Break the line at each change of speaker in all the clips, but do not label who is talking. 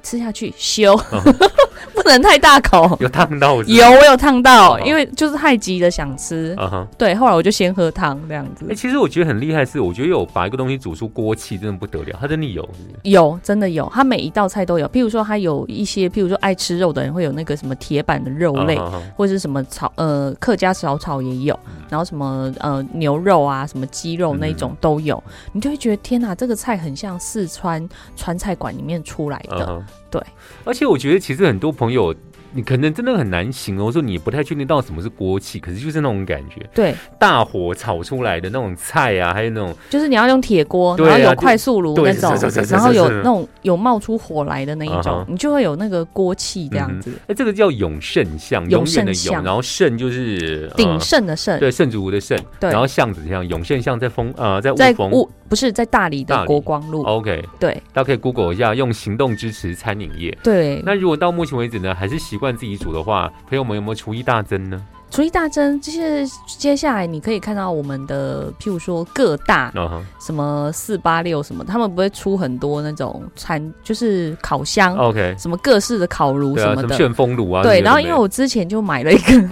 吃下去，修、
嗯
不能太大 口。
有烫到是不是
有，我有烫到，
哦
因为就是太急了想吃。
啊哈。
对，后来我就先喝汤这样子
哎、。其实我觉得很厉害是，我觉得有把一个东西煮出锅气，真的不得了，它真的有。是不是
有，真的有，它每一道菜都有。譬如说，它有一些，譬如说爱吃肉的人会有那个什么铁板的肉类，
啊哈哈
或者是什么炒呃客家小炒也有，
嗯
然后什么呃牛肉啊、什么鸡肉那一种都有，你就会觉得天哪，这个菜很像四川川菜馆里面出来
啊
的。
哈
对。
而且我觉得其实很多朋友你可能真的很难形容，说你也不太确定到底什么是锅气，可是就是那种感觉，
对，
大火炒出来的那种菜啊，还有那种
就是你要用铁锅，
对啊
然后有快速炉
就
那
对
种
是是是，是
然后有
是
那种有冒出火来的那一
啊哈
种，你就会有那个锅气这样子，
哎、这个叫永盛巷，
永
永远的
盛
永，
巷
然后盛就是
鼎、盛的盛
呃，，对，圣族的圣，
对
然后巷子像永盛巷在丰呃在
在
雾峰
雾不是在大理
大
的
理哦
国光路，
，OK，
对
大家可以 Google 一下，用行动支持餐饮业。
对。
那如果到目前为止呢，还是习惯自己煮的话，朋友们有没有厨艺大增呢？
厨艺大增，就是接下来你可以看到我们的，譬如说各大
嗯哼
什么四八六什么，他们不会出很多那种餐，就是烤箱，
，OK，
什么各式的烤炉
哦对
嗯
啊，
什么
什么
的。
旋风炉啊，
对，
什么
然后
有
因
的
为我之前就买了一个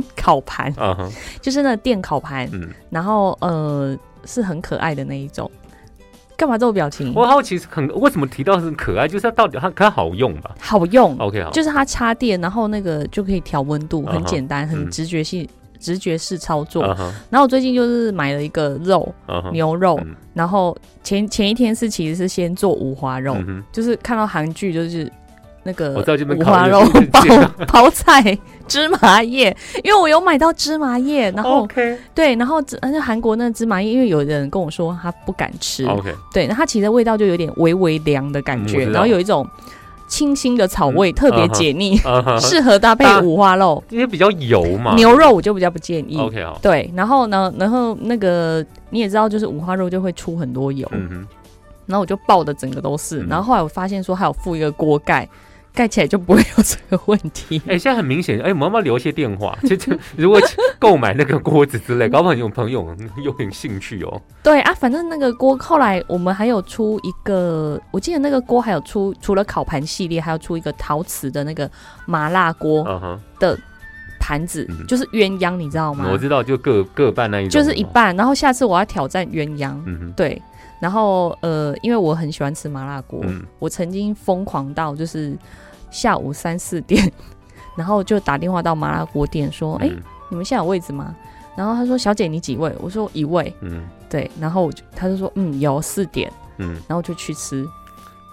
烤盘，
没有嗯哼，
就是那个电烤盘，
嗯，
然后呃是很可爱的那一种。干嘛这种表情？
我好奇很为什么提到很可爱，就是它到底它它好用吧
好用，
？OK，好，
嗯就是它插电，然后那个就可以调温度，
哦嗯
很
哼
简单，很
嗯
直觉性、直觉式操作。
嗯哼
然后我最近就是买了一个肉，
嗯哼
牛肉，
嗯
然后前前一天是其实是先做五花肉，
嗯哼
就是看到韩剧就是那个
我知道这边
五
烤
花
的
肉
是不是
包
这样
包菜、芝麻叶，因为我有买到芝麻叶，然后、
，OK
对，然后芝那韩国那芝麻叶，因为有人跟我说他不敢吃，
OK，
对，那它其实味道就有点微微凉的感
哦嗯
觉，
我知道
然后有一种清新的草味，
嗯
特别
嗯哼
解腻，
嗯哼，
适合搭配
大
五花肉、
因为比较油嘛，
牛肉，我就比较不建议。
OK 好，
对，然后呢，然后那个你也知道，就是五花肉就会出很多油，
嗯哼，
然后我就爆的整个都是。
嗯
然后后来我发现说，还有附一个锅盖，盖起来就不会有这个问题。
哎、现在很明显，哎、我们要不要留一些电话？ 这这，如果购买那个锅子 之类，搞不好有朋友嗯有点兴趣哦。
对啊，反正那个锅后来我们还有出一个，我记得那个锅还有出，除了烤盘系列，还有出一个陶瓷的那个麻辣锅
嗯哼，
盘子，
嗯
就是鸳鸯，你知道吗
我？知道，就各各半那一种，
就是一。半。然后下次我要挑战鸳鸯，
嗯哼，
对。然后呃，因为我很喜欢吃麻辣锅，
嗯
我曾经疯狂到就是下午三四点， 然后就打电话到麻辣锅店说：“哎、
嗯
你们现在有位置吗？”然后他说：“小姐，你几位？”我说：“一位。
嗯”
对，然后我就他就说：“嗯，有四点。
嗯，”
然后就去吃。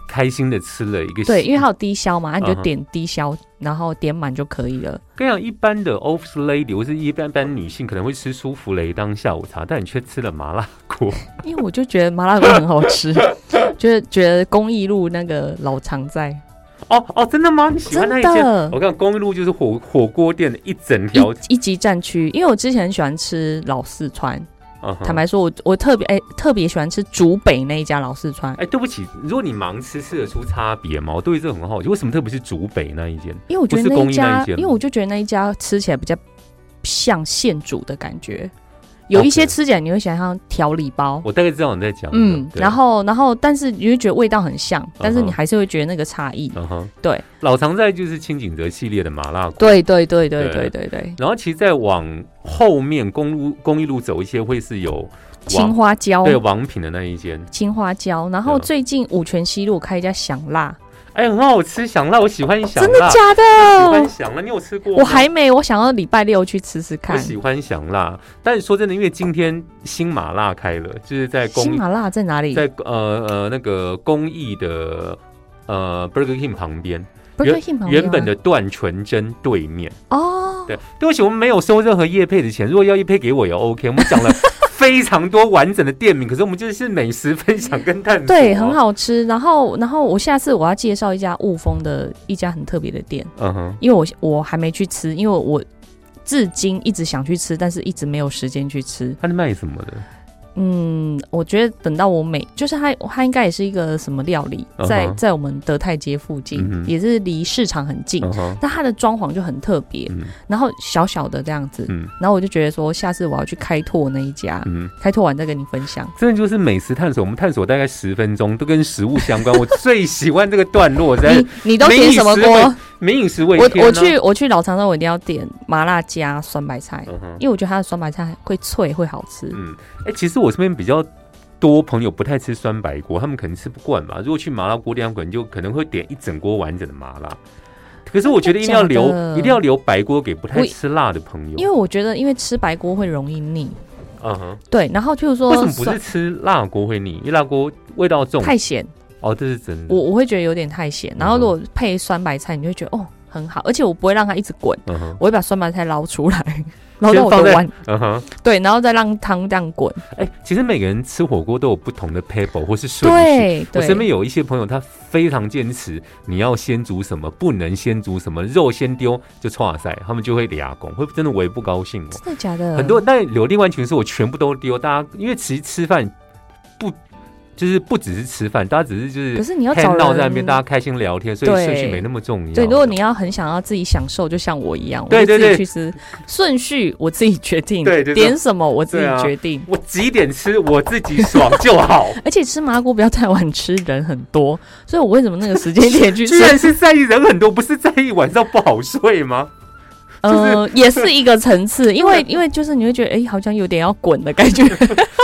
开心的吃了一个。
对，因为它有低消嘛，啊你就
嗯哼
点低消，然后点满就可以了。
跟你讲，一般的 office lady 或是一般般女性可能会吃舒芙蕾当下午茶，但你却吃了麻辣锅。
因为我就觉得麻辣锅很好吃， 就是觉得公益路那个老常在，
哦哦，真的吗？你喜欢那一
真
间
的？
我看公益路就是火火锅店的一整条。
一一级战区，因为我之前很喜欢吃老四川，
嗯哼
坦白说我，我特别哎、特别喜欢吃竹北那一家老四川，
哎、对不起，如果你盲吃吃得出差别吗？我对这个很好奇，为什么特别是竹北那一间？
因为我
不
觉得
是
那
公益
家，
那一间吗
因为我就觉得那一家吃起来比较像现煮的感觉，有一些
OK
吃起来你会想象调理包。
我大概知道你在讲什么。
嗯，
对
然，后，然后，但是你会觉得味道很像，但是
嗯哼
你还是会觉得那个差异。
嗯哼，
对，
老常在就是清景泽系列的麻辣锅。
对对对对
对
对对对，
然后其实再往后面公路公益路走一些，会是有
青花椒，
对王品的那一间，
青花椒。然后
对啊
最近五泉西路开一家响辣，
哎、很好吃，响辣，我喜欢响
哦真的
辣，
假
喜欢
的？
响辣，你有吃过吗？
我还没，我想要礼拜六去吃吃
我
看。
喜欢响辣，但是说真的，因为今天新麻辣开了，就是在
新
公
麻辣在哪里
在呃呃那个公益的呃 Burger King 旁边，
？Burger King 旁边吗
原本的段纯真对面。
哦，
对，对不起，我们没有收任何业配的钱，如果要业配给我也 OK。我们讲 了非常多完整的店名，可是我们就是美食分享跟探索、
对，很。好吃。然后，然后我下次我要介绍一家雾峰的一家很特别的店，
嗯哼，
因为我我还没去吃，因为我至今一直想去吃，但是一直没有时间去吃。
他是卖什么的？
嗯，我觉得等到我每就是它它应该也是一个什么料理
嗯，哼
在在我们德泰街附近，
嗯哼
也是离市场很近。
嗯哼，
但它的装潢就很特别，
嗯
然后小小的这样子，
嗯
然后我就觉得说，下次我要去开拓那一家，
嗯，
开拓完再跟你分享。
真的就是美食探索。我们探索大概十分钟，都跟食物相 关。我最喜欢这个段落，在
你你都点什么
民以食为
锅？
民以食为
我
天、啊。
我去我去老长洲，我一定要点麻辣加酸白菜，
嗯哼，
因为我觉得它的酸白菜会脆会好吃。
嗯，哎、其实我身边比较多朋友不太吃酸白锅，他们可能吃不惯吧。如果去麻辣锅店，他们可能就可能会点一整锅完整的麻辣。可是我觉得一定要留
真的假，的
一定要留白锅给不太
我
吃辣的朋友。
因为我觉得，因为吃白锅会容易腻，
嗯哼，
对。然后譬如说，
为什么不是
酸
吃辣锅会腻？因为辣锅味道重。
太咸？
哦，这是真的。嗯
我我会觉得有点太咸。然后如果配酸白菜，你就会觉得哦，很好，而且我不会让它一直滚，
嗯哼，
我会把酸白菜捞出来，捞到我的碗，
嗯哼，
对，然后再让汤这样滚。
哎、其实每个人吃火锅都有不同的 paper 或是顺序。
对
我身边
对，
有一些朋友，他非常坚持，你要先煮什么，不能先煮什么，肉先丢就错赛，他们就会俩拱，会真的为不高兴哦。
真的假的？
很多，但有另外一群是我全部都丢，大家因为其实吃饭不就是不只是吃饭，大家只是就
可
是
是你要找
hang
人
到在那边，大家开心聊天，所以
对
顺序没那么重要。
对，如果你要很想要自己享受，就像我一样，我
对对
就自己
对
去吃，顺序我自己决定，
对就是
点什么我自己
对啊
决定。
我几点吃，我自己爽就 好。
而且吃麻辣锅不要太晚吃，人很多，所以我为什么那个时间点 去
居
吃？
然是在意人很多，不是在意晚上不好睡吗？
呃，也是一个层次，因为因为就是你会觉得，哎、好像有点要滚的感 觉，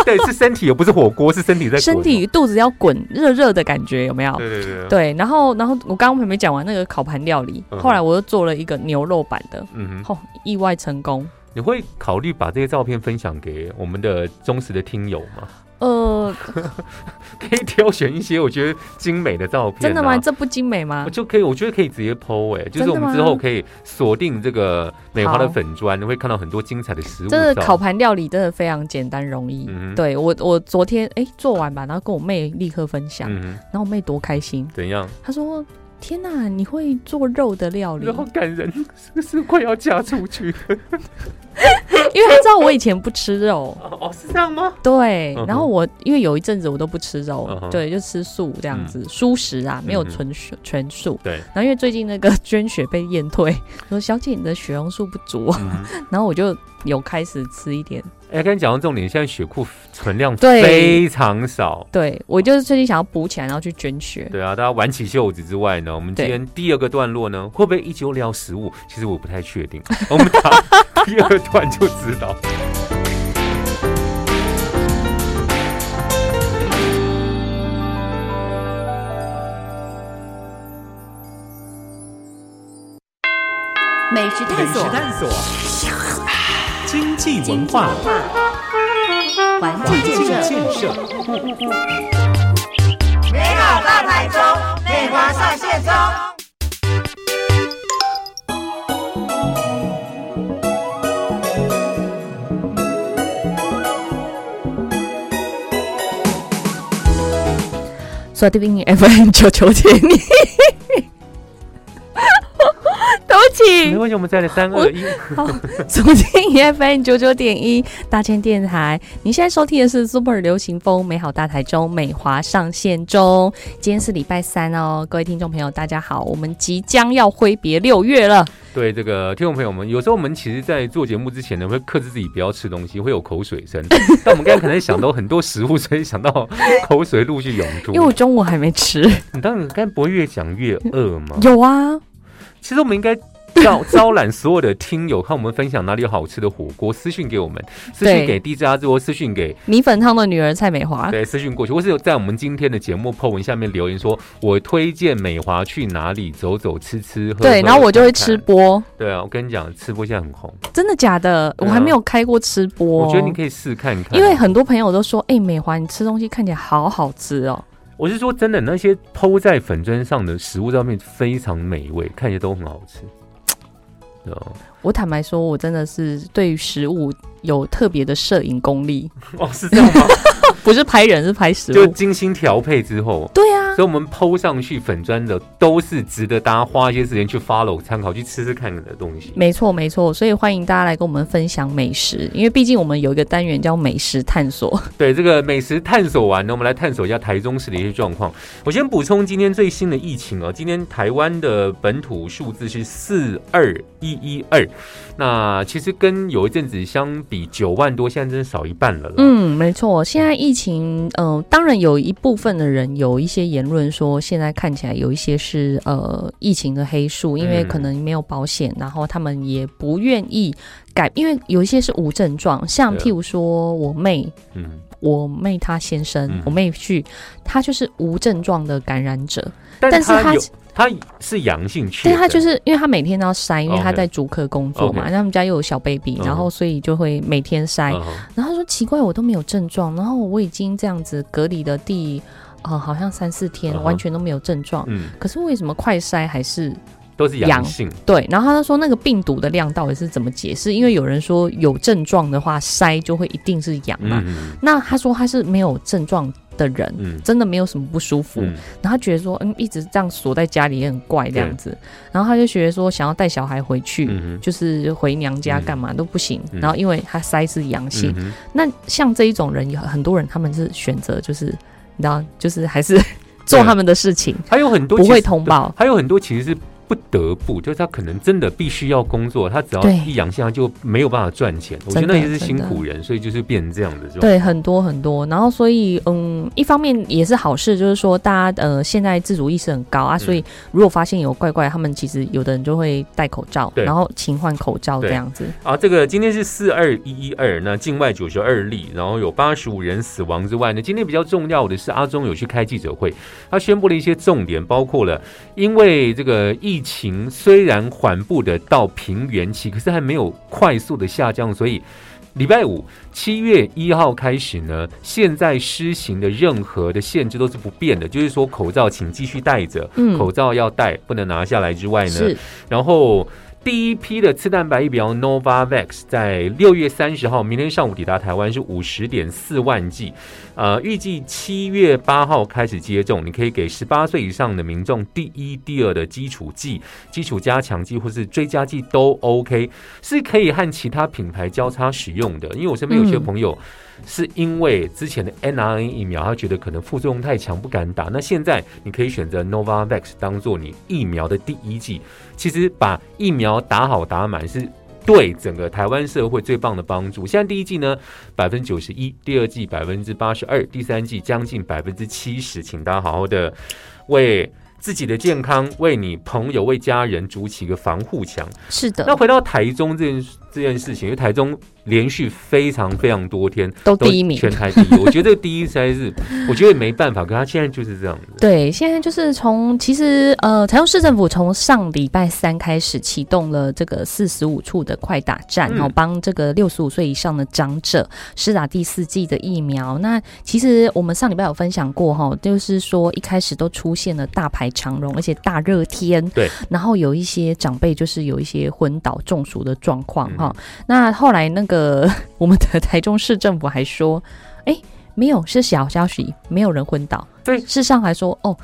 对，是身体，也不是火锅，是身体在滚
身体。肚子要滚，热热的感觉有没有？
哦对对对，
对，然后然后我刚刚还没讲完那个烤盘料理，
嗯哼
后来我又做了一个牛肉版的，
嗯哼，
哦，意外成功。
你会考虑把这些照片分享给我们的忠实的听友吗？
呃，
可以挑选一些我觉得精美的照片、啊。
真的吗？这不精美吗
我？就可以，我觉得可以直接剖哎、就是
真的
我们
吗
之后可以锁定这个美花的
好
粉砖，会看到很多精彩的食物照。
真的烤盘料理真的非常简单容易。
嗯哼
对我，我昨天哎、做完吧，然后跟我妹立刻分享，
嗯哼，
然后我妹多开心，
怎样？
她说：“天哪、你会做肉的料理？”
然后感人，是不是快要嫁出 去？
因为她知道我以前不吃肉，
哦，哦是这样吗？
对
嗯哼，
然后我因为有一阵子我都不吃肉
嗯哼
对，就吃素这样子，蔬食啊，没有
嗯哼
纯素全素。
对
然后因为最近那个捐血被验退，说小姐你的血红素不足，
嗯，
然后我就有开始吃一点。
哎、跟你讲到重点，现在血库存量
对
非常少。
对我就是最近想要补起来，然后去捐 血。
对啊，大家挽起袖子之外呢，我们今
对
天第二个段落呢，会不会一起又聊食物？其实我不太确定， 我们打第二段就知 道。
美食探
索、
索，
经济文化、
环
环
境
境
建设。
建设。
美好大台中，内华上线中。
所以这边 FM 九九点你， 对
没
不起，
关系，我们再来三二一，
锁定 FM 九九点一大千电台。你现在收听的是 Super 流行风美好大台中美华上线中。今天是礼拜三哦，各位听众朋友，大家好，我们即将要挥别六月了。
对这个听众朋友们，有时候我们其实，在做节目之前呢，会克制自己不要吃东西，会有口水声。 但我们刚才可能想到很多食物，所以想到口水陆续涌出
因为。我中午还没 吃，
你当然该不会越讲越饿吗？
有啊，
其实我们应该招 招揽所有的听友，看我们分享哪里有好吃的火锅，私讯给我们，私
对
讯给 DJ 阿志，或私讯给
米粉汤的女儿蔡美华，
对私讯过去，或是有在我们今天的节目 po 文下面留言说，我推荐美华去哪里走走吃吃喝喝。
对，然后我就会
看看
吃。播，
对啊，我跟你讲，吃播现在很红，
真的假的？我
对啊
还没有开过吃播，
我觉得你可以试看看，
因为很多朋友都说，哎、美华，你吃东西看起来好好吃哦。
我是说真的，那些剖在粉砖上的食物照片非常美味，看起来都很好吃。对啊
我坦白说，我真的是对于食物有特别的摄影功力，
哦，是这样吗？
不是拍人，是拍食
就
物。
精心调配之后，
对啊，
所以我们剖上去粉砖的都是值得大家花一些时间去 follow 参考、去吃吃看的东西。
没错没错，所以欢迎大家来跟我们分享美食，因为毕竟我们有一个单元叫美食探索。
对这个美食探索完呢，我们来探索一下台中市的一些状况。我先补充今天最新的疫情哦，今天台湾的本土数字是四二一一二，那其实跟有一阵子相比，九万多，现在真的少一半了啦。
嗯，没错，现在疫情，嗯、当然有一部分的人有一些言论说，现在看起来有一些是呃疫情的黑数，因为
嗯
可能没有保险，然后他们也不愿意改，因为有一些是无症状，像
对啊
譬如说我妹，
嗯，
我妹她先生，
嗯
我妹婿，他就是无症状的感染者，
但
但是
他
他
有他是阳性确诊，
但是他就是因为他每天都要筛，因为他
OK
在竹科工作嘛，
OK
那他们家又有小 baby，
嗯
然后所以就会每天筛。
嗯哼
然后他说奇怪，我都没有症状，然后我已经这样子隔离的第呃好像三四天
嗯，哼
完全都没有症状，
嗯，
可是为什么快筛还是
都是阳
阳
性，
对，然后他说那个病毒的量到底是怎么解释？因为有人说有症状的话筛就会一定是阳嘛，
嗯
那他说他是没有症状的人，
嗯
真的没有什么不舒服，
嗯，
然后他觉得说嗯一直这样锁在家里也很怪这样子，然后他就觉得说想要带小孩回去。
嗯
就是回娘家
嗯
干嘛都不行，
嗯
然后因为他筛是阳性，
嗯
那像这一种人，有很多人他们是选择就是，你知道，就是还 是做他们的事情，
还有很多
不
其实
会通报
还有很多其实是不得不，就是他可能真的必须要工作，他只要
对
一阳性他就没有办法赚钱。我觉得
真的
那也是辛
真的
苦人，所以就是变成这样的状况。
对，很多很多。然后所以，嗯，一方面也是好事，就是说大家呃现在自主意识很高
嗯
啊，所以如果发现有怪怪，他们其实有的人就会戴口罩，
对
然后勤换口罩
对
这样子。
啊，这个今天是四二一一二，那境外九十二例，然后有八十五人死亡之外呢，今天比较重要的是阿中有去开记者会，他宣布了一些重点，包括了因为这个疫情虽然缓步的到平原期，可是还没有快速的下降，所以。礼拜五七月一号开始呢，现在施行的任何的限制都是不变的，就是说口罩请继续戴着，
嗯
口罩要戴，不能拿下来之外呢，
是，
然后第一批的次蛋白疫苗 Novavax 在六月三十号，明天上午抵达台湾，是五十点四万剂，呃，预计七月八号开始接种。你可以给十八岁以上的民众第一、第二的基础剂、基础加强剂或是追加剂都 OK，是可以和其他品牌交叉使用的。因为我身边有些
嗯
朋友。是因为之前的 mRNA 疫苗，他觉得可能副作用太强，不敢打。那现在你可以选择 Novavax 当做你疫苗的第一剂。其实把疫苗打好打满是。对整个台湾社会最棒的帮助。现在第一季呢，百分之九十一；第二季百分之八十二；第三季将近百分之七十。请大家好好的为自己的健康、为你朋友、为家人筑起一个防护墙。
是
那
的，
回到台中这件这件事情，因为台中连续非常非常多天
都第一名
全。台第一。我觉得第一实在是，我觉得没办法，可他现在就是这样子。
对，现在就是从其实呃，台中市政府从上礼拜三开始启动了这个四十五处的快打站，
嗯
然后帮这个六十五岁以上的长者施打第四剂的疫苗。那其实我们上礼拜有分享过哈，就是说一开始都出现了大排长龙，而且大热天，
对，
然后有一些长辈就是有一些昏倒中暑的状况
嗯
哈。那后来那个 我们的台中市政府还说，哎，没有是小消息，没有人昏倒。
对
事实上还说，哦，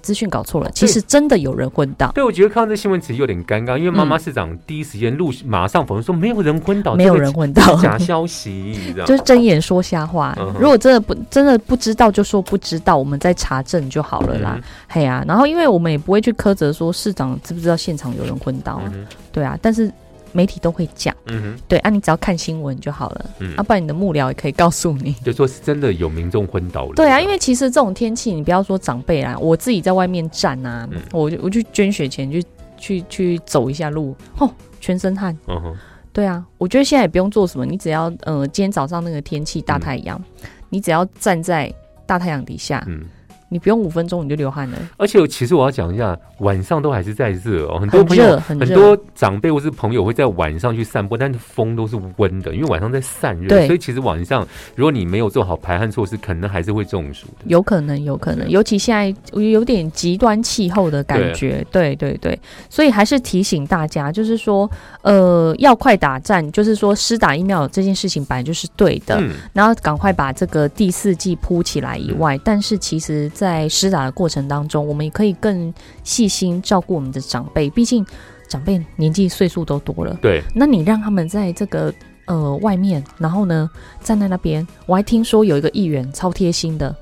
资讯搞错了，其实真的有人昏倒，
对，我觉得看到这新闻其实有点尴尬，因为妈妈市长第一时间录马上否认说没有人昏倒，
没有
这个
人昏倒
是。假消息，你知道
就是睁眼说瞎话
嗯，哼
如果真的不真的不知道，就说不知道，我们再查证就好了
嗯
啦。嘿呀、然后因为我们也不会去苛责说市长知不知道现场有人昏倒啊，
嗯哼，
对啊，但是媒体都会讲，
嗯哼，
对啊，你只要看新闻就好了，
嗯
啊，不然你的幕僚也可以告诉你。
就说是真的有民众昏倒了。
对啊，因为其实这种天气，你不要说长辈啦，我自己在外面站啊，
嗯
我就我去捐血前去去去走一下路，吼，全身汗。
嗯哼，
对啊，我觉得现在也不用做什么，你只要呃，今天早上那个天气
嗯
大太阳，你只要站在大太阳底下，
嗯，
你不用五分钟你就 流汗了，
而且其实我要讲一下，晚上都还是在热哦，很多朋友
热。很
很
热。
多长辈或是朋友会在晚上去散步，但是风都是温的，因为晚上在散热，
对
所以其实晚上如果你没有做好排汗措施，可能还是会中暑的。
有可能，有可能，尤其现在我有点极端气候的感觉，对
啊
对对，所以还是提醒大家，就是说，呃，要快打战，就是说施打疫苗这件事情本来就是对的，
嗯，
然后赶快把这个第四季铺起来以外，但是其实，在施打的过程当中，我们也可以更细心照顾我们的长辈，毕竟长辈年纪岁数都多了，
对，
那你让他们在这个呃外面，然后呢站在那边，我还听说有一个议员超贴心的，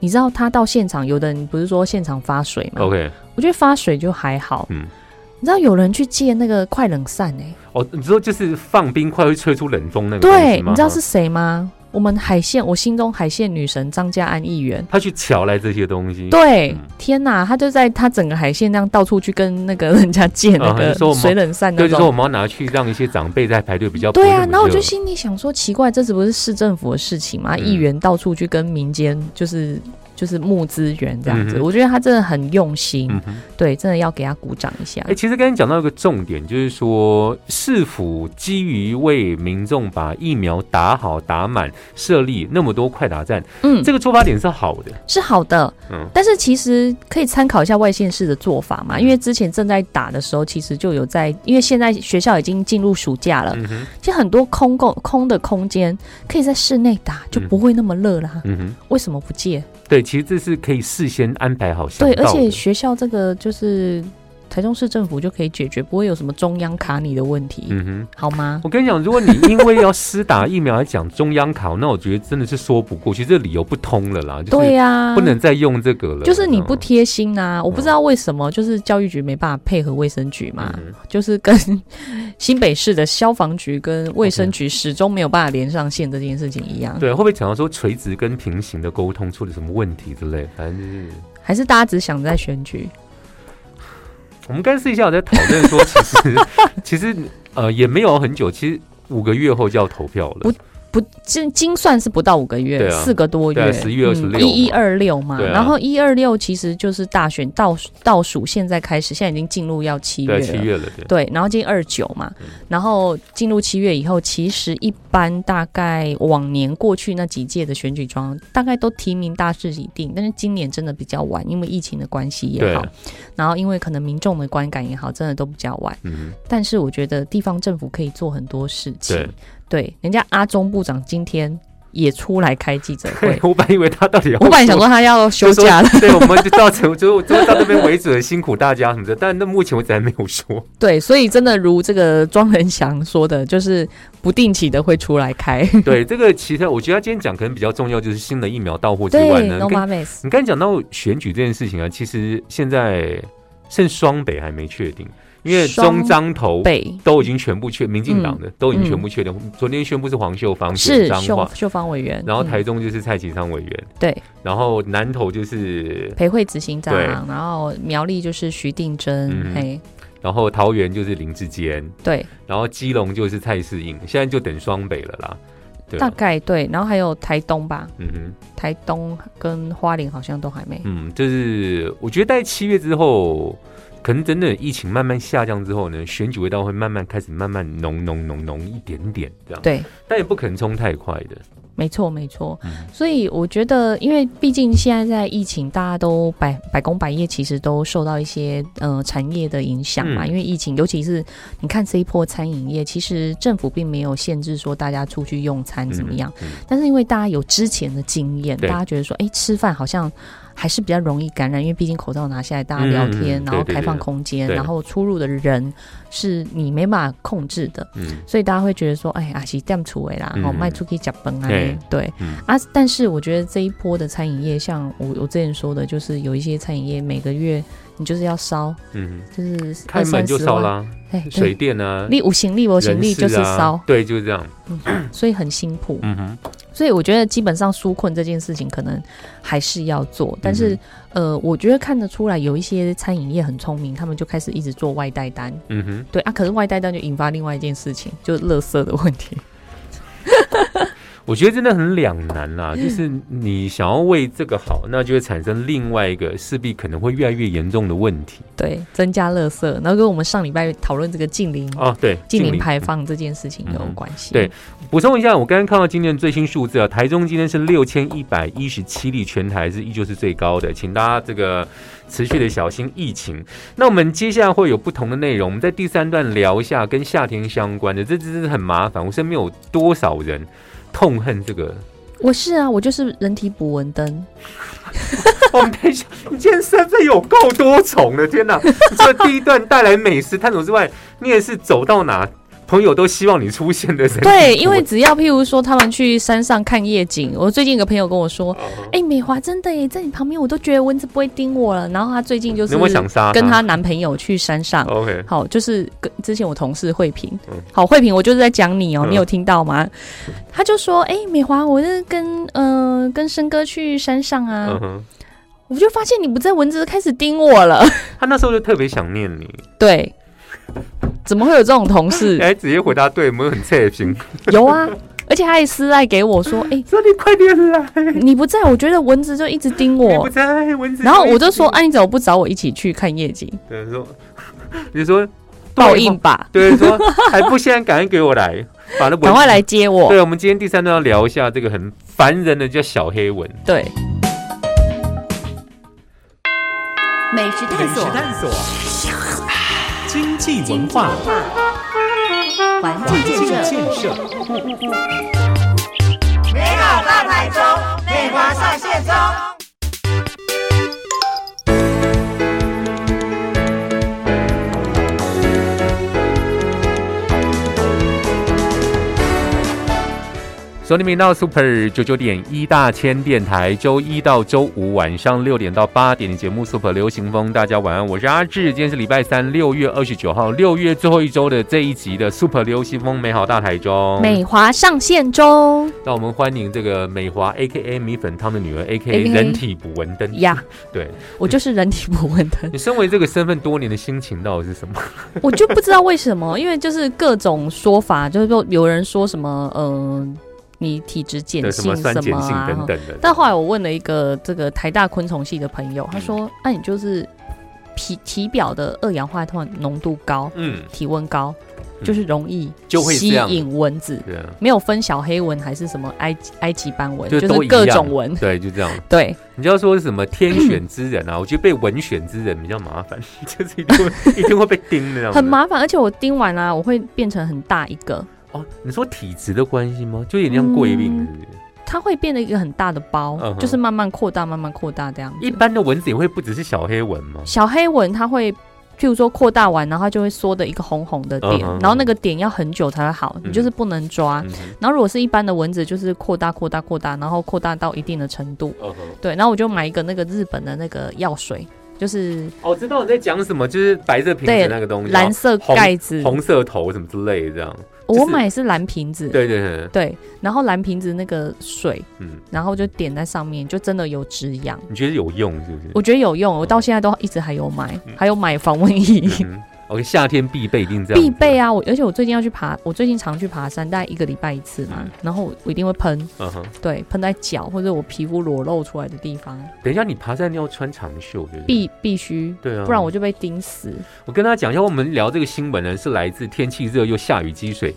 你知道他到现场，有的人不是说现场发水吗
OK，
我觉得发水就还好，
嗯
你知道有人去借那个快冷扇哎、
哦，你说就是放冰块会吹出冷风那个东
对，
西吗
你知道是谁吗？我们海线，我心中海线女神张家安议员。
他去瞧来这些东西，
对，
嗯
天哪，他就在他整个海线那样到处去跟那个人家借那
啊
个
你说我们
水冷扇那
对，就说我
种。
们要拿去让一些长辈在排队比较不
对
会
啊
那，么
然后我就
热
心里想说，奇怪，这只不是市政府的事情吗？
嗯
议员到处去跟民间就是就是募资源这样子。
嗯哼
我觉得他真的很用心，
嗯哼。
对，真的要给他鼓掌一下。
哎、其实刚才讲到一个重点，就是说是否基于为民众把疫苗打好打满，设立那么多快打站，
嗯，
这个出发点是好的。
是好的，
嗯
但是其实可以参考一下外县市的做法嘛，因为之前正在打的时候，其实就有在，因为现在学校已经进入暑假了，
嗯哼，
其实很多空共空的空间可以在室内打，就不会那么热啦。
嗯哼，
为什么不借？
对，其实这是可以事先安排好想
对，而
到
且
的。
学校这个就是台中市政府就可以解决，不会有什么中央卡你的问题，
嗯哼，
好吗？
我跟你讲，如果你因为要施打疫苗而讲中央考，那我觉得真的是说不过去，这理由不通了啦，就
对
是
呀、
嗯不能再用这个了。
就是你不
嗯
贴心啊！我不知道为什么，就是教育局没办法配合卫生局嘛，
嗯哼
就是跟 新北市的消防局跟卫生局始终没有办法连上线这件事情一样。
对，会不会讲到说垂直跟平行的沟通出了什么问题之类？反正就是。
还是大家只想在选举？
我们刚才私底下有在讨论说，其实其实呃也没有很久，其实五个月后就要投票了
不。不，精精算是不到五个月，
对啊
四、个多
对啊
月，
11
嗯
26嘛
一一二六嘛。
对啊
然后一二六其实就是大选倒数倒数，现在开始，现在已经进入要七月
对，七
了。
月了，对。
对，然后进二九嘛，
嗯
然后进入七月以后，其实一般大概往年过去那几届的选举中，大概都提名大势已定，但是今年真的比较晚，因为疫情的关系也好
对，
然后因为可能民众的观感也好，真的都比较晚。
嗯，
但是我觉得地方政府可以做很多事情
对。
对，人家阿中部长今天也出来开记者
对，
会
我本来以为他到底要，
我本来想说他要休假了，
就说， 对，我们就造成 就就到这边为止，辛苦大家什么的。但那目前为止还没有 说，
对，所以真的如这个庄仁祥说的，就是不定期的会出来开。
对这个其实我觉得他今天讲可能比较重要，就是新的疫苗到货之外
对
呢，
，No
跟
Mames，
你刚才讲到选举这件事情啊，其实现在剩双北还没确定，因为中
双
彰投
北
都已经全部确，民进党的、都已经全
嗯
部确定。昨天宣布是黄秀芳选
是
彰
秀
化，
秀芳委员，
然后台
嗯
中就是蔡其昌委员，
对
然后南投就是，
裴慧执行长
对，
然后苗栗就是徐定
嗯
珍，嘿，
然后桃园就是林志坚，
对，
然后基隆就是蔡世英，现在就等双北了啦。对
大
啊，
概对，然后还有台东吧，
嗯哼，
台东跟花莲好像都还没，
嗯，就是我觉得在七月之后。可能等等疫情慢慢下降之后呢，选举味道会慢慢开始慢慢浓浓浓浓一点点这样，
对。
但也不可能冲太快的。
没错，没错
嗯。
所以我觉得，因为毕竟现在在疫情，大家都百百工百业，其实都受到一些呃产业的影响嘛。
嗯
因为疫情，尤其是你看这一波餐饮业，其实政府并没有限制说大家出去用餐怎么样，
嗯嗯
但是因为大家有之前的经验，
对
大家觉得说，哎，吃饭好像。还是比较容易感染，因为毕竟口罩拿下来，大家聊
嗯
天，
嗯嗯
然后
对对
开放
对
空间，
对
然后出入的人是你没办法控制的。
嗯，
所以大家会觉得说，哎，啊是店厨诶啦，
嗯
哦，卖出去假崩啊
对，
对
嗯
啊。但是我觉得这一波的餐饮业，像我我之前说的，就是有一些餐饮业每个月你就是要烧，
嗯
就是
哼，开门就
20-30
烧
万，
啦，
哎，
水
对，
电啊，
力无形力，我行力就是
人事啊
烧，
对，就是这样。
所以很辛苦。
嗯哼，
所以我觉得基本上纾困这件事情可能还是要做，但是、
嗯
呃，我觉得看得出来有一些餐饮业很聪明，他们就开始一直做外带单，
嗯哼，
对啊，可是外带单就引发另外一件事情，就是垃圾的问 题。
我觉得真的很两难啦， 就是你想要为这个好，那就会产生另外一个势必可能会越来越严重的问题。
对，增加垃圾，然后跟我们上礼拜讨论这个近零、
哦，对，
近零
邻
排放这件事情有关系。
对，补充一下，我刚刚看到今天的最新数字啊，台中今天是六千一百一十七例，全台是依旧是最高的，请大家这个持续的小心疫情。那我们接下来会有不同的内容，我们在第三段聊一下跟夏天相关的，这真是很麻烦，我身边有多少人痛恨这个？
我是啊，我就是人体捕蚊灯，
我们等一下，你今天身份有够多重的，天哪！你除了第一段带来美食探索之外，你也是走到哪朋友都希望你出现的 人。
对，因为只要譬如说他们去山上看夜景，我最近有个朋友跟我说，
哦
哎、美华真的耶，在你旁边我都觉得蚊子不会叮我了。然后她最近就是
有没有想杀
跟
他
她男朋友去山上，
OK，
好，就是跟之前我同事慧萍
哦嗯，
好，慧萍，我就是在讲你哦、
嗯
你有听到吗？她就说，哎、美华，我是跟呃跟生哥去山上啊，
嗯哼。
我就发现你不在，蚊子开始叮我了。
他那时候就特别想念你，
对，怎么会有这种同
你
事？
嗯 哎还直接回答对，没有很测评。
有啊，而且他还私赖给我说，哎、
说你快点来，
你不在，我觉得蚊子就一直叮
你
我
不。在蚊子。
然后我就说，哎、啊，你怎么不找我一起去看夜景？
对，说你说
报应，吧，
对，说还不现在赶紧给我来，把那蚊
赶快来接我。
对，我们今天第三段要聊一下这个很烦人的叫小黑蚊。
对，
美食探索，
探索，经济文化，
环
环
境
境
建设，
建设，
美好大台中，内华上线中。
收听频道 Super 九九点一大千电台，周一到周五晚上六点到八点的节目 Super 流行风，大家晚安，我是阿志，今天是礼拜三，六月二十九号，六月最后一周的这一集的 Super 流行风美好大台中。
美华上线中
那我们欢迎这个美华 A K A 米粉汤的女儿 A K A
AKA
人体捕蚊灯。
呀，
对
我就是人体捕蚊灯。
你身为这个身份多年的心情到底是什么？
我就不知道为什么，因为就是各种说法，就是说有人说什么，呃，你体质 碱
对，什
性
么
什
酸碱
么
性
啊
等。等的。
但后来我问了一个这个台大昆虫系的朋友，他
嗯
说：“那、你就是体体表的二氧化碳浓度高，
嗯，
体温高，
嗯
就是容易
就会
吸
这样
引蚊子。”
对啊，
没有分小黑蚊还是什么埃及埃及斑蚊，
就
就
都
是
一
各
样
种蚊。
对，就这样。
对，
你就要说什么天选之人啊？我觉 得被文选之人比较麻烦， 就是一定会 一定会被叮的，
很。麻烦，而且我叮完啦、我会变成很大一个，
哦，你说体质的关系吗？就有点像贵病，是
嗯
不是？
它会变得一个很大的包，
嗯哼
就是慢慢扩大，慢慢扩大这样子。
一般的蚊子也会不只是小黑蚊吗？
小黑蚊它会，譬如说扩大完，然后它就会缩的一个红红的点，
嗯哼
然后那个点要很久才会好，
嗯
你就是不能抓。
嗯
然后如果是一般的蚊子，就是扩大、扩大、扩大，然后扩大到一定的程度。
哼，
对，然后我就买一个那个日本的那个药水，就是
哦，我知道你在讲什么，就是白色瓶
对
子那个东西，
蓝色
然后红
盖子，
红色头什么之类的，这样。就是
我买是蓝瓶子。
对对对，
对，然后蓝瓶子那个水，
嗯，
然后就点在上面，就真的有止痒，
你觉得有用是不是？
我觉得有用，我
哦
到现在都一直还有买，还有买防蚊液。
嗯，OK，夏天必备，一定嗯这样。
必备。啊！我而且我最近要去爬，我最近常去爬山，大概一个礼拜一次嘛。
嗯
然后我我一定会喷，
嗯哼，
对，喷在脚或者我皮肤裸露出来的地方，
等一下，你爬山要穿长袖，对不对？
必必须，
对啊，
不然我就被叮死。
我跟大家讲一下，我们聊这个新闻呢，是来自天气热又下雨积水。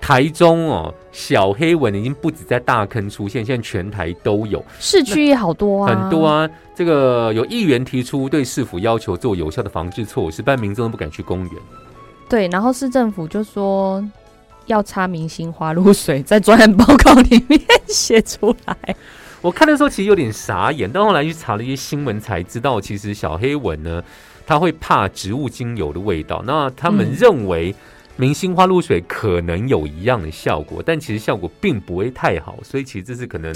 台中哦，小黑蚊已经不止在大坑出现，现在全台都有，
市区也好多啊，
很多。啊。这个有议员提出对市府要求做有效的防治措施，但民众都不敢去公园。
对，然后市政府就说要擦明星花露水，在专案报告里面 写出来。
我看的时候其实有点傻眼，但后来去查了一些新闻才知道，其实小黑蚊呢，它会怕植物精油的味道。那他们
嗯
认为明星花露水可能有一样的效果，但其实效果并不会太好，所以其实这是可能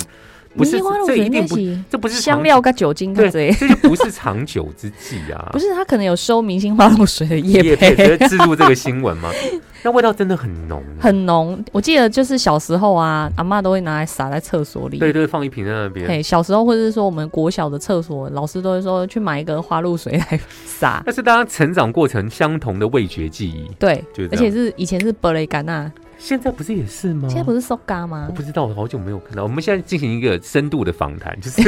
不
明
是
星花露
这
水
一
应该
定不
是
这不是
香
长
料跟酒精，跟这
对，这啊就不是长久之计 啊。
不是他可能有收明星花露水的叶
叶佩
配，
直接置入这个新闻 吗？那味道真的很浓， 啊
很浓。我记得就是小时候啊，阿嬷都会拿来撒在厕所里。
对对，放一瓶在那边。
嘿，小时候或者是说我们国小的厕所，老师都会说去买一个花露水来撒。
那是大家成长过程相同的味觉记忆，
对
就是，这
而
样
且是以前是伯雷甘纳，
现在不是也是吗？
现在不是 Soga 吗
我？不知道，我好久没有看到。我们现在进行一个深度的访谈， 就是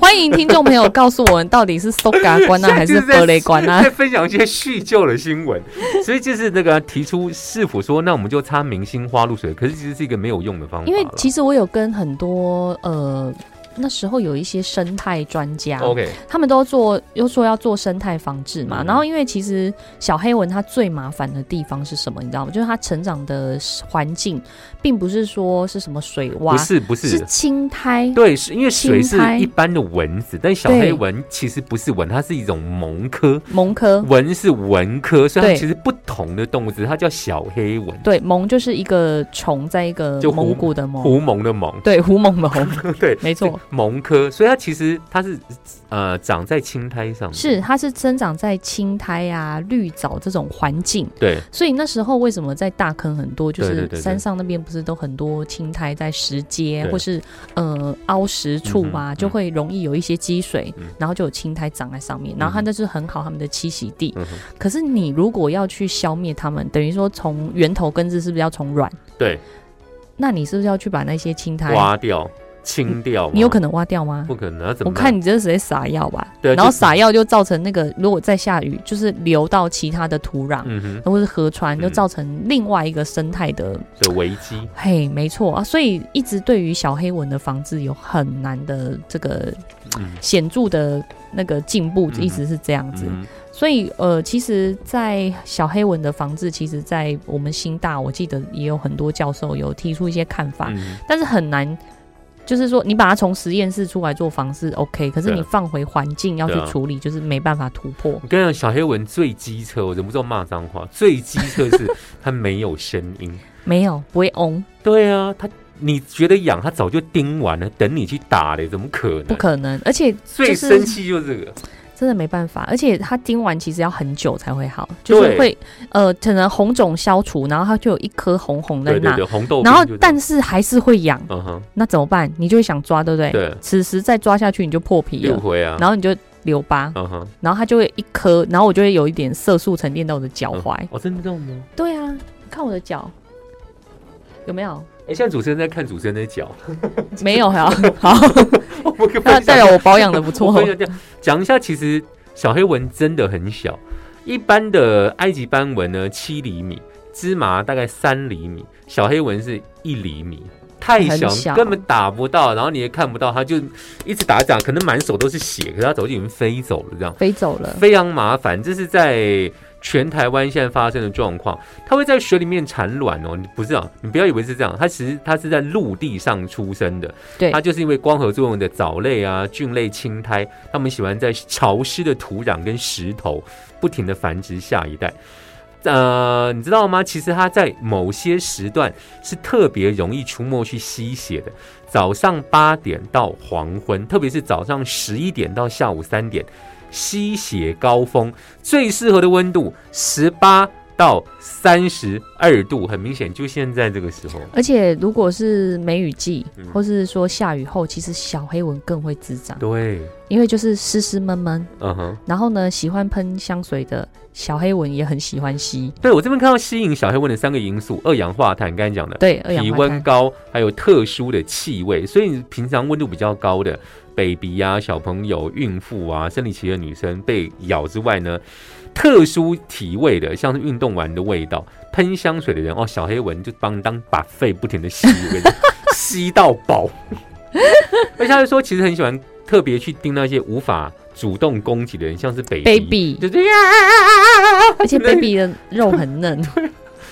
欢迎听众朋友告诉我们到底是 Soga 关纳还是伯
在
雷关 纳
在？分享一些叙旧的新闻。所以就是那个提出是否说，那我们就擦明星花露水，可是其实是一个没有用的方法啦。
因为其实我有跟很多呃那时候有一些生态专家
OK，
他们都做又说要做生态防治嘛，
嗯
然后因为其实小黑蚊它最麻烦的地方是什么？你知道吗？就是它成长的环境，并不是说是什么水
不
洼，
是不是
是。青苔。
对，是因为水是
青苔
一般的蚊子，但小
对
黑蚊其实不是蚊，它是一种蠓科，
蠓科，
蚊是蚊科，所以它
对
其实不同的动物，只是它叫小黑蚊，
对，蠓就是一个虫，在一个
就
蒙
胡
古的蒙，
狐虻的虻，
对，胡蒙的蒙，
对，
没错，
虻科，所以它其实它是呃长在青苔上，
是，它是生长在青苔啊、绿藻这种环境，
对，
所以那时候为什么在大坑很多，就
对对
是
对对
山上那边不是都很多青苔在石阶
对
或是呃凹石处啊，
嗯哼
就会容易有一些积水，
嗯
然后就有青苔长在上面，然后它
嗯哼
那是很好它们的栖息地。
嗯哼，
可是你如果要去消灭它们，等于说从源头根治是不是要从软？
对，
那你是不是要去把那些青苔
挖掉、清掉吗，
哎嗯你有可能挖掉吗？
不可能啊？怎
我
么办？
看你这是在撒药吧，
对啊
然后
就
撒药就造成那个，如果再下雨，就是流到其他的土壤，
嗯哼，
或是河川，
嗯
就造成另外一个生态的，
这危机
嘿，没错啊，所以一直对于小黑蚊的防治有很难的这个
嗯
显著的那个进步，
嗯
一直是这样子。
嗯哼
所以呃，其实，在小黑蚊的防治，其实，在我们新大，我记得也有很多教授有提出一些看法，
嗯
但是很难，就是说你把它从实验室出来做防治 OK，可是
对啊
你放回环境要去
对啊
处理，就是没办法突破。
我跟你讲，小黑文最机车，我忍不住骂脏话。最机车 是它没有声音。
没有，不会嗡，
对啊，它你觉得痒，它早就叮完了，等你去打嘞，怎么可能？
不可能，而且
最
就是
生气就是这个，
真的没办法，而且它叮完其实要很久才会好，就是
对
会呃，可能红肿消除，然后它就有一颗红红在
对对
那，
对，红豆
然后
冰就这样
但是还是会痒，
嗯哼，
那怎么办？你就会想抓，对不对？
对，
此时再抓下去你就破皮
六
了，
回啊，
然后你就留疤，
嗯哼，
然后它就会一颗，然后我就会有一点色素沉淀到我的脚
嗯
踝。
哦，真的这样吗？
对啊，你看我的脚有没 有？
哎，现在主持人在看主持人的 脚，
没有 呀，好，
我们可以
那
分享
代表我保养的不
我
错。
分享这样讲一下，其实小黑蚊真的很小，一般的埃及斑蚊呢七厘米，芝麻大概三厘米，小黑蚊是一厘米。太小，
很小
根本打不到，然后你也看不到，它就一直打打，可能满手都是血，可是它早就已经飞走了，这样
飞走了，
非常麻烦。这是在全台湾现在发生的状况，它会在水里面产卵哦，你不是啊，你不要以为是这样，它其实它是在陆地上出生的，
对
它就是因为光合作用的藻类啊、菌类、青苔，它们喜欢在潮湿的土壤跟石头不停的繁殖下一代。呃，你知道吗？其实它在某些时段是特别容易出没去吸血的，早上八点到黄昏，特别是早上十一点到下午三点，吸血高峰最适合的温度十八到三十二度，很明显就现在这个时候。
而且如果是梅雨季
嗯，
或是说下雨后，其实小黑蚊更会滋长，
对，
因为就是湿湿闷闷。
嗯哼，
然后呢，喜欢喷香水的小黑蚊也很喜欢吸，
对我这边看到吸引小黑蚊的三个因素：二氧化碳，刚才讲的，
对，二氧
体
化
温
碳。
高，还有特殊的气味。所以你平常温度比较高的 baby 啊、小朋友、孕妇啊、生理期的女生被咬之外呢，特殊体味的，像是运动完的味道、喷香水的人哦，小黑蚊就帮你当把肺不停的吸，我 跟你讲吸到饱。而且他就说，其实很喜欢特别去盯那些无法主动攻击的人，像是 baby。
baby，
就是呀，
而且
那
baby 的肉 很嫩，
啊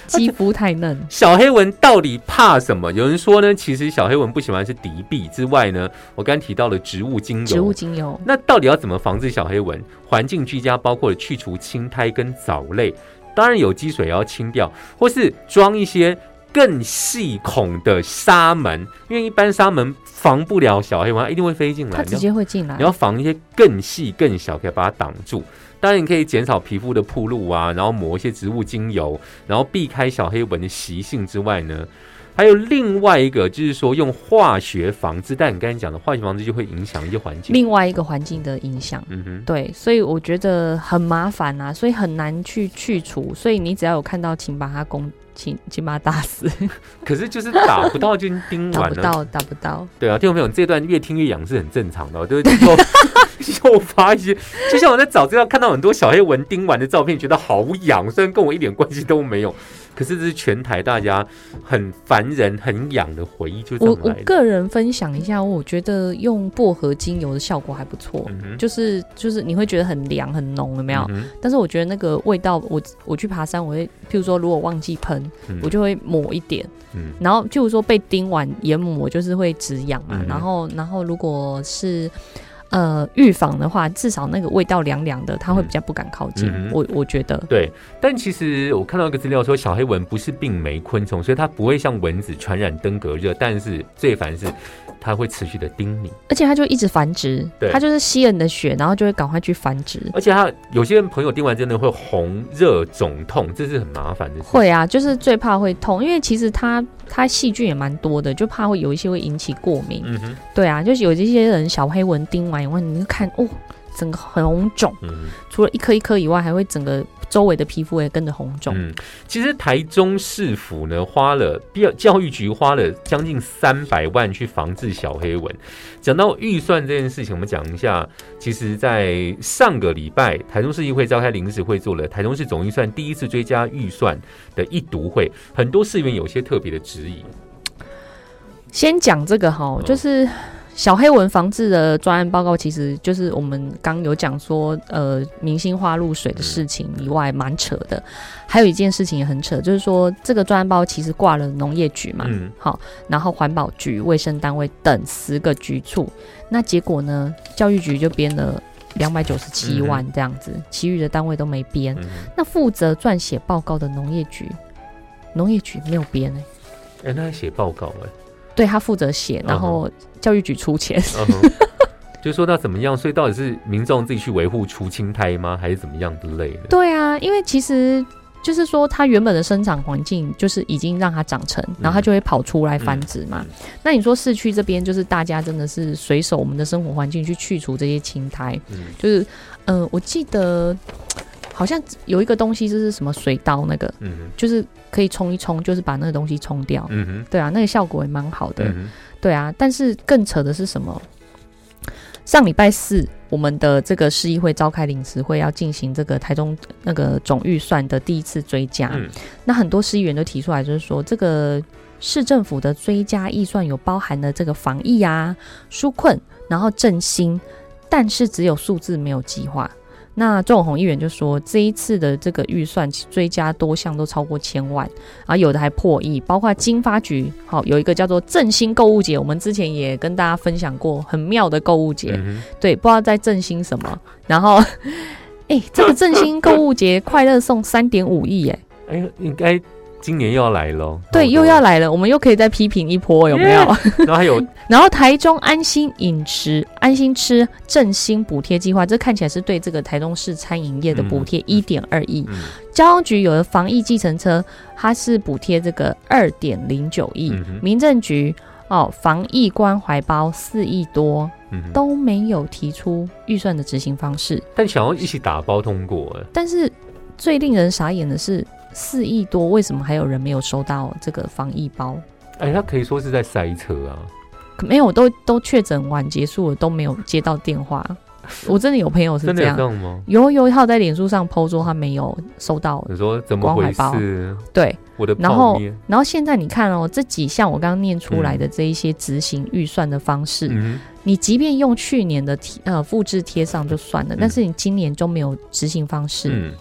肌肤太嫩，
小黑蚊到底怕什么？有人说呢，其实小黑蚊不喜欢是敌避之外呢，我刚提到了植物精油。
植物精油
那到底要怎么防治小黑蚊？环境居家包括了去除青苔跟藻类，当然有积水也要清掉，或是装一些更细孔的纱门，因为一般纱门防不了小黑蚊，它一定会飞进来。
它直接会进来
你。要防一些更细更小，可以把它挡住。当然，你可以减少皮肤的铺路啊，然后抹一些植物精油，然后避开小黑蚊的习性之外呢，还有另外一个就是说用化学防治。但你刚才讲的化学防治就会影响一些环境。
另外一个环境的影响。
嗯哼，
对，所以我觉得很麻烦啊，所以很难去去除。所以你只要有看到，请把它攻，请请把它打死，
可是就是打不到就叮
打
完
不
了。
到，打不到。
对啊，听众朋友，你这段越听越痒是很正常的、哦，对不对？诱诱发一些，就像我在早知道看到很多小黑蚊叮完的照片，觉得好痒，虽然跟我一点关系都没有，可是这是全台大家很烦人、很痒的回忆，就这
我
么
我
来的。
个人分享一下，我觉得用薄荷精油的效果还不错。
嗯哼
就是就是你会觉得很凉很浓，有没有？
嗯哼
但是我觉得那个味道，我我去爬山，我会，譬如说如果忘记喷，
嗯
我就会抹一点，
嗯
然后譬如说被叮完眼膜就是会止痒嘛，
嗯
然后然后如果是呃预防的话，至少那个味道凉凉的，它会比较不敢靠近。
嗯哼
我我觉得
对，但其实我看到一个资料说，小黑蚊不是病媒昆虫，所以它不会像蚊子传染登革热，但是最烦是它会持续的叮你。
而且它就一直繁殖
对，
它就是吸了你的血，然后就会赶快去繁殖。
而且它有些人朋友叮完真的会红、热、肿、痛，这是很麻烦的事。
会啊，就是最怕会痛，因为其实它它细菌也蛮多的，就怕会有一些会引起过敏。
嗯哼，
对啊，就是有一些人小黑蚊叮完以后，你就看哦，整个很红肿，
嗯哼。
除了一颗一颗以外，还会整个周围的皮肤也跟着红肿。
嗯，其实台中市府呢花了教教育局花了将近三百万去防治小黑蚊。讲到预算这件事情，我们讲一下，其实，在上个礼拜台中市议会召开临时会，做了台中市总预算第一次追加预算的一读会，很多市员有些特别的质疑。
先讲这个哈，
嗯
就是小黑蚊防治的专案报告，其实就是我们刚有讲说，呃，明星花露水的事情
嗯
以外，蛮扯的。还有一件事情也很扯，就是说这个专案报告其实挂了农业局嘛，
嗯，
好，然后环保局、卫生单位等十个局处，那结果呢，教育局就编了。两百九十七万这样子，其余的单位都没编。
嗯
那负责撰写报告的农业局，农业局没有编欸
哎、那还写报告哎、
对他负责写，然
嗯哼
后教育局出钱。
嗯哼就说到怎么样，所以到底是民众自己去维护除青苔吗，还是怎么样之类的？
对啊，因为其实就是说，它原本的生长环境就是已经让它长成，然后它就会跑出来繁殖嘛。
嗯
那你说市区这边就是大家真的是随手我们的生活环境去去除这些青苔，
嗯
就是嗯、呃我记得好像有一个东西就是什么水稻那个，
嗯哼
就是可以冲一冲，就是把那个东西冲掉。
嗯哼
对啊，那个效果也蛮好的。
嗯哼，
对啊，但是更扯的是什么？上礼拜四，我们的这个市议会召开临时会，要进行这个台中呃那个总预算的第一次追加。
嗯
那很多市议员都提出来，就是说这个市政府的追加预算有包含了这个防疫啊、纾困，然后振兴，但是只有数字没有计划。那周永红议员就说，这一次的这个预算追加多项都超过千万，啊，有的还破亿，包括经发局，好、有一个叫做振兴购物节，我们之前也跟大家分享过，很妙的购物节，
嗯哼
对，不知道在振兴什么。然后，哎、这个振兴购物节快乐送三点五 亿，哎，
哎呦，应该今年又要来喽。
对，
好嗯
又要
多，
来了，我们又可以再批评一波，有没有？
然后还有
然后台中安心饮食、安心吃振兴补贴计划，这看起来是对这个台中市餐饮业的补贴一点二亿。
嗯
交通局有的防疫计程车，它是补贴这个二点零九亿。
嗯哼
民政局哦，防疫关怀包四亿多，
嗯哼，
都没有提出预算的执行方式。
但想要一起打包通过，哎
但是最令人傻眼的是，四亿多为什么还有人没有收到这个防疫包？
哎，他可以说是在塞车啊。
没有，都都确诊完结束了，都没有接到电 话。我真的有朋友是
真的有
这样
这，样吗？
有有他有在脸书上 PO 说他没有收到，
你说怎么回
光
事？
对。
我的
然
泡
后
面，
然后现在你看哦，这几项我刚刚念出来的这一些执行预算的方式，
嗯
你即便用去年的贴呃复制贴上就算了，
嗯
但是你今年就没有执行方
哼
式，
嗯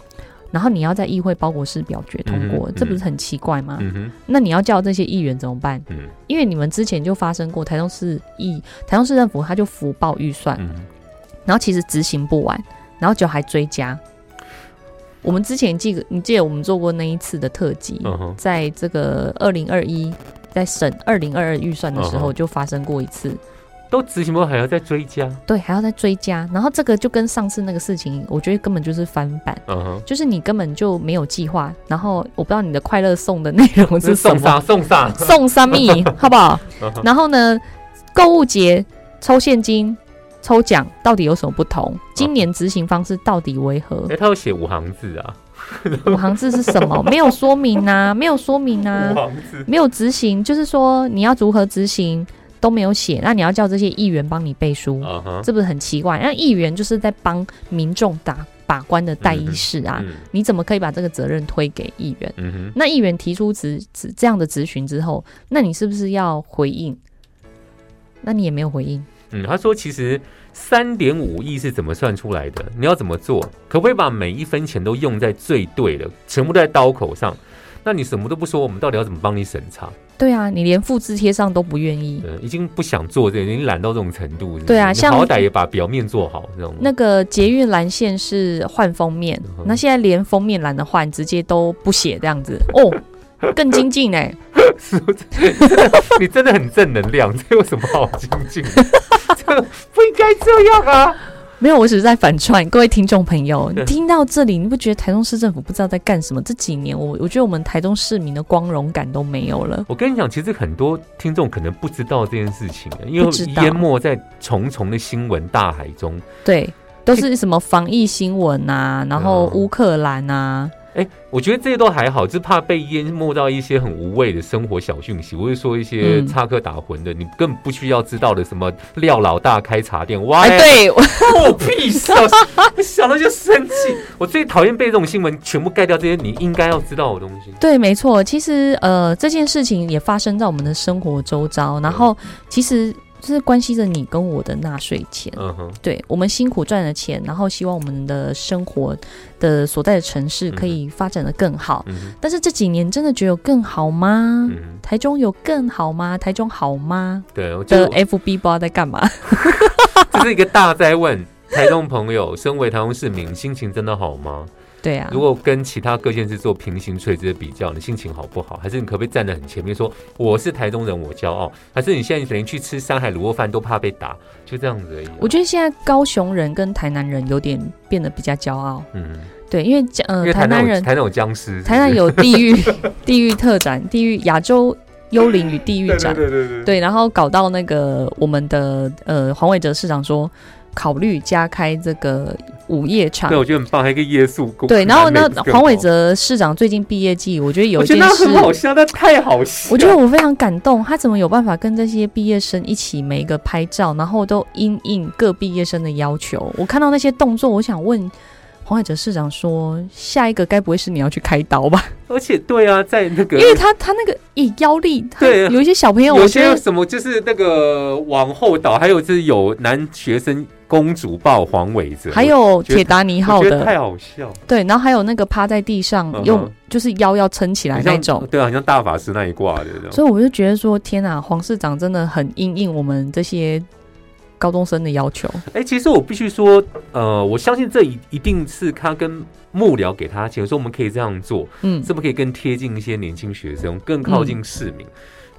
然后你要在议会包裹式表决通过，
嗯哼
这不是很奇怪吗？
嗯哼
那你要叫这些议员怎么办？
嗯
因为你们之前就发生过台中市议台中市政府他就福报预算，
嗯哼，
然后其实执行不完，然后就还追加。我们之前记得，你记得我们做过那一次的特辑，
嗯哼，
在这个二零二一在审二零二二预算的时
嗯
候
哼
就发生过一次，
都执行不完还要再追加，
对，还要再追加。然后这个就跟上次那个事情，我觉得根本就是翻版，
嗯哼，
就是你根本就没有计划。然后我不知道你的快乐送的内容是什
送
么，
啥送啥？
送三米，好不好？
嗯哼
然后呢，购物节抽现金、抽奖到底有什么不同？今年执行方式到底为何？
哎，他有写五行字啊，
五行字是什么？没有说明呐、没有说明呐、
五行字，
没有执行，就是说你要如何执行都没有写。那你要叫这些议员帮你背书，
嗯哼，
这不是很奇怪？那议员就是在帮民众打把关的代议士啊，
嗯
你怎么可以把这个责任推给议员？
嗯哼，
那议员提出质质这样的质询之后，那你是不是要回应？那你也没有回应。
嗯，他说其实三点五亿是怎么算出来的？你要怎么做？可不可以把每一分钱都用在最对的，全部都在刀口上？那你什么都不说，我们到底要怎么帮你审查？
对啊，你连复制贴上都不愿意。
嗯，已经不想做这个，已经懒到这种程度是不是。
对啊
你
像
好歹也把表面做好，这种。
那个捷运蓝线是换封面
嗯哼，
那现在连封面懒得换，直接都不写这样 子哦，更精进哎、
你真的很正能量，这有什么好精进的？ 这不应该这样啊！
没有，我只是在反串各位听众朋 友。
对
你听到这里，你不觉得台中市政府不知道在干什么？这几年我，我觉得我们台中市民的光荣感都没有了。
我跟你讲，其实很多听众可能不知道这件事情，因为
不知道
淹没在重重的新闻大海中。
对，都是什么防疫新闻啊，然后
嗯
乌克兰啊，
哎，我觉得这些都还好，是怕被淹没到一些很无谓的生活小讯息，或者说一些
嗯
插科打诨的，你根本不需要知道的什么廖老大开茶店，哇，
哎，对，我
我屁事啊！我想到就生气，我最讨厌被这种新闻全部盖掉这些你应该要知道的东西。
对，没错。其实呃，这件事情也发生在我们的生活周遭，然后其实就是关系着你跟我的纳税钱。
嗯哼，
对我们辛苦赚的钱，然后希望我们的生活的所在的城市可以发展的更好。
嗯哼，
但是这几年真的觉得有更好吗？
嗯哼，
台中有更好吗？台中好吗？
对，我就
的 FB 不知道在干嘛。
这是一个大灾问。台中朋友，身为台中市民，心情真的好吗？
对啊
如，果跟其他各县市做平行垂直的比较，你心情好不好？还是你可不可以站得很前面说我是台中人，我骄傲？还是你现在连去吃山海卤肉饭都怕被打？就这样子而已啊、
我觉得现在高雄人跟台南人有点变得比较骄傲。
嗯，
对，因为
因
呃
为台
台
南
南
有
人
台南有僵尸，
台南有地 狱地狱特展、地狱亚洲幽灵与地狱展，
对对对
对，然后搞到那个我们的呃黄伟哲市长说，考虑加开这个午夜场
对，。我觉得很棒，还有一个夜宿公
对，然后那黄伟。
南美
哲市长最近毕业季，我觉得有
我
一
觉
件
得他
事，
很好笑，但太好笑。
我觉得我非常感动，他怎么有办法跟这些毕业生一起每一个拍照，然后都因应各毕业生的要求。我看到那些动作，我想问黄伟哲市长说，下一个该不会是你要去开刀吧？
而且对啊，在那个
因为他他那个以腰力，他
对啊
有一些小朋友，
有
我觉
些
得
什么就是那个往后倒，还有就是有男学生公主抱黄伟哲，
还有铁达尼
我
号
觉得
的，
太好笑，
对，然后还有那个趴在地上
嗯哼
用就是腰要撑起来
很像
那种。
对啊，很像大法师那一挂的这种。
所以我就觉得说，天哪，黄市长真的很应应我们这些高中生的要求。
哎、其实我必须说，呃，我相信这一一定是他跟幕僚给他钱，说我们可以这样做，
嗯，
是不是可以更贴近一些年轻学生，更靠近市民？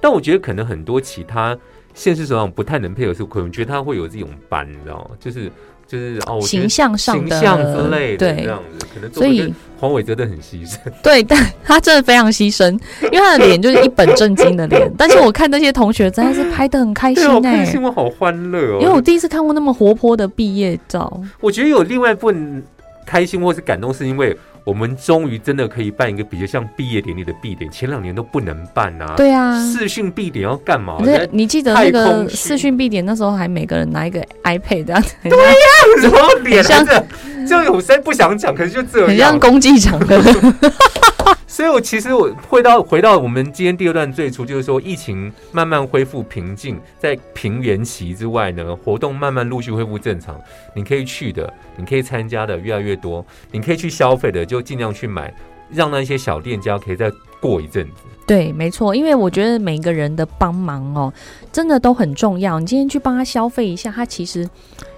但我觉得可能很多其他现实上不太能配合，是可能觉得他会有这种班，你知道吗？就是就是哦，我觉
形
得
象上
形
的
象之类的这
对。
样子，可能做
所
得
以
跟黄伟哲的很牺牲。
对， 但他真的非常牺牲，因为他的脸就是一本正经的 脸。但是我看那些同学真的是拍的很开心
对，啊我
哎、
看新闻好欢乐哦。
因为我第一次看过那么活泼的毕业照。
我觉得有另外一部分开心或是感动，是因为我们终于真的可以办一个比较像毕业典礼的毕典，前两年都不能办啊。
对啊，
视讯毕典要干嘛？
你 你记得那
哦太空
个
虚
视讯必点那时候还每个人拿一个 iPad 这样子，很像
啊什么脸
像
真的，这样我实在不想讲，可是就这
很像
样。
公祭场的。
啊所以我其实我回到回到我们今天第二段最初，就是说疫情慢慢恢复平静，在平原期之外呢，活动慢慢陆续恢复正常。你可以去的，你可以参加的越来越多，你可以去消费的就尽量去买，让那些小店家可以再过一阵子。
对，没错，因为我觉得每一个人的帮忙哦，真的都很重要。你今天去帮他消费一下，他其实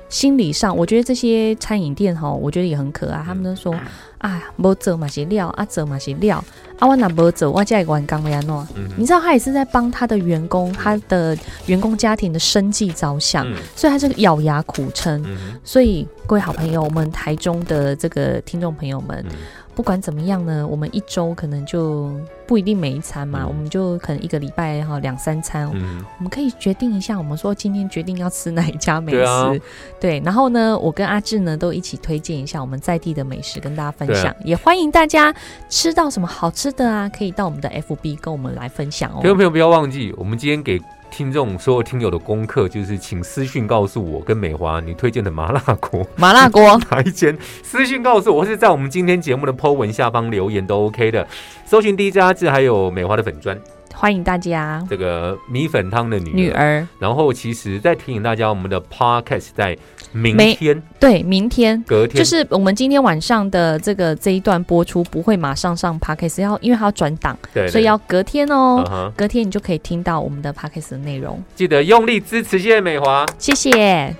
心理上，我觉得这些餐饮店哈、哦，我觉得也很
嗯
可爱。他们都说，哎呀，没做嘛些料啊，做嘛些料啊，我哪没做，我这个员工要弄。
嗯
你知道他也是在帮他的员工，他的员工家庭的生计着想，
嗯
所以他这个咬牙苦撑。
嗯
所以各位好朋友，我们台中的这个听众朋友们，
嗯
不管怎么样呢，我们一周可能就不一定每一餐嘛，
嗯
我们就可能一个礼拜哈两三餐，
嗯，
我们可以决定一下，我们说今天决定要吃哪一家美食，
对啊
对然后呢，我跟阿志呢都一起推荐一下我们在地的美食跟大家分
对
享，
啊
也欢迎大家吃到什么好吃的啊，可以到我们的 FB 跟我们来分享
听众
哦。
朋友不要忘记，我们今天给听众所有听友的功课就是，请私讯告诉我跟美华你推荐的麻辣锅。
麻辣锅
哪一间？私信告诉我，或是在我们今天节目的 Po 文下方留言都 OK 的。搜寻 DJ 阿志，还有美华的粉砖，
欢迎大家，
这个米粉汤的女儿。
女儿。
然后，其实再提醒大家，我们的 Podcast 在明
没
天
对，明天
隔天，
就是我们今天晚上的这个这一段播出不会马上上 podcast，要因为它要转档，
对
所以要、隔天哦
嗯。哼
隔天你就可以听到我们的 podcast 的内容，
记得用力支持，谢谢美华。
谢谢。